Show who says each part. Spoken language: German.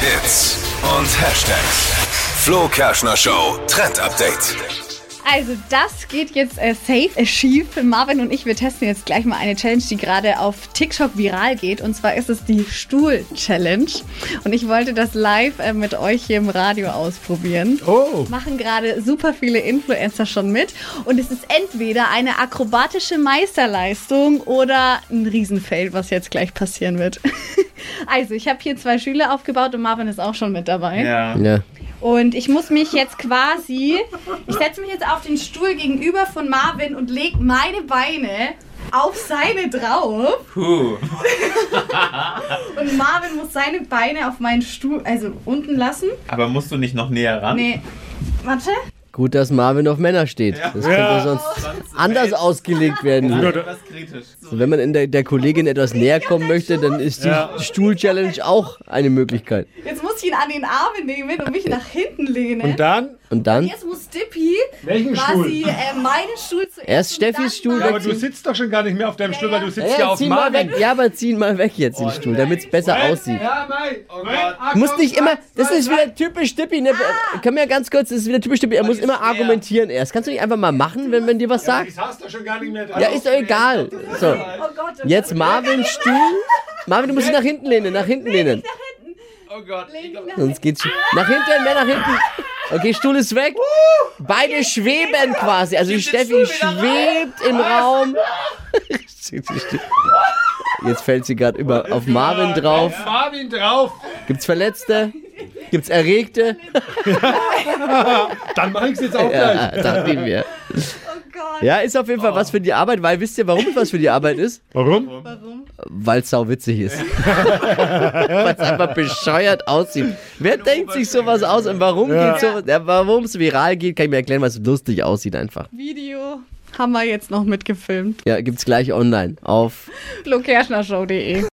Speaker 1: Hits und Hashtags. Flo Kerschner Show Trend Update.
Speaker 2: Also das geht jetzt äh, safe äh, schief. Marvin und ich, wir testen jetzt gleich mal eine Challenge, die gerade auf TikTok viral geht. Und zwar ist es die Stuhl-Challenge. Und ich wollte das live äh, mit euch hier im Radio ausprobieren.
Speaker 3: Oh.
Speaker 2: Machen gerade super viele Influencer schon mit. Und es ist entweder eine akrobatische Meisterleistung oder ein Riesenfail, was jetzt gleich passieren wird. also ich habe hier zwei Schüler aufgebaut und Marvin ist auch schon mit dabei.
Speaker 4: Ja.
Speaker 3: Ja.
Speaker 2: Und ich muss mich jetzt quasi, ich setze mich jetzt auf den Stuhl gegenüber von Marvin und lege meine Beine auf seine drauf.
Speaker 4: Puh.
Speaker 2: Und Marvin muss seine Beine auf meinen Stuhl, also unten lassen.
Speaker 4: Aber musst du nicht noch näher ran?
Speaker 2: Nee, warte.
Speaker 3: Gut, dass Marvin auf Männer steht. Das könnte sonst
Speaker 4: Sonst
Speaker 3: anders ausgelegt werden. Also
Speaker 4: Nein, etwas kritisch. So.
Speaker 3: Wenn man in der, der Kollegin etwas näher kommen möchte, dann ist die Stuhl-Challenge auch eine Möglichkeit.
Speaker 2: Jetzt muss ich ihn an den Arm nehmen und mich nach hinten lehnen.
Speaker 5: Und dann?
Speaker 3: Und dann?
Speaker 2: jetzt muss Dippy
Speaker 5: Welchen
Speaker 2: quasi äh, meinen Stuhl zuerst.
Speaker 3: Erst
Speaker 2: und dann
Speaker 3: Steffis Stuhl,
Speaker 2: Marvin.
Speaker 5: Aber du sitzt doch schon gar nicht mehr auf deinem Stuhl, weil du sitzt ja,
Speaker 3: Ja,
Speaker 5: auf
Speaker 3: zieh mal
Speaker 5: Marvin.
Speaker 3: weg. Ja, aber zieh ihn mal weg jetzt den Stuhl, damit es besser aussieht.
Speaker 5: Oh, Ja, Mai. Oh Gott.
Speaker 3: Du musst nicht immer, das ist wieder typisch Tippi, ne?
Speaker 5: Ah.
Speaker 3: Kann mir ganz kurz, das ist wieder typisch Tippi, er muss immer argumentieren erst. Kannst du nicht einfach mal machen, wenn man dir was
Speaker 5: Ja,
Speaker 3: sagt?
Speaker 5: ich saß doch schon gar nicht mehr dran.
Speaker 3: Ja, ist doch egal. So,
Speaker 2: Oh Gott, oh
Speaker 3: jetzt Marvin Stuhl. Marvin, du musst dich nach hinten lehnen, nach hinten lehnen.
Speaker 4: Oh Gott. Ich glaub,
Speaker 3: Sonst geht's schief. Nach hinten, mehr nach hinten. Okay, Stuhl ist weg. Beide schweben quasi. Also die
Speaker 4: Gib den
Speaker 3: Steffi
Speaker 4: Stuhl wieder rein.
Speaker 3: schwebt im Raum. Jetzt fällt sie gerade über auf Marvin drauf.
Speaker 5: Auf Marvin drauf.
Speaker 3: Gibt's Verletzte? Gibt's Erregte?
Speaker 5: Dann mach ich's jetzt auch
Speaker 3: Ja,
Speaker 5: gleich.
Speaker 3: dachten wir.
Speaker 2: Gott.
Speaker 3: Ja, ist auf jeden Fall was für die Arbeit, weil wisst ihr, warum es was für die Arbeit ist?
Speaker 5: Warum?
Speaker 3: Weil es sau witzig ist. Weil es einfach bescheuert aussieht. Wer denkt sich sowas aus und warum geht so, ja, warum es viral geht, kann ich mir erklären, weil es lustig aussieht einfach.
Speaker 2: Video haben wir jetzt noch mitgefilmt.
Speaker 3: Ja, gibt's gleich online auf
Speaker 2: flokerschnershow.de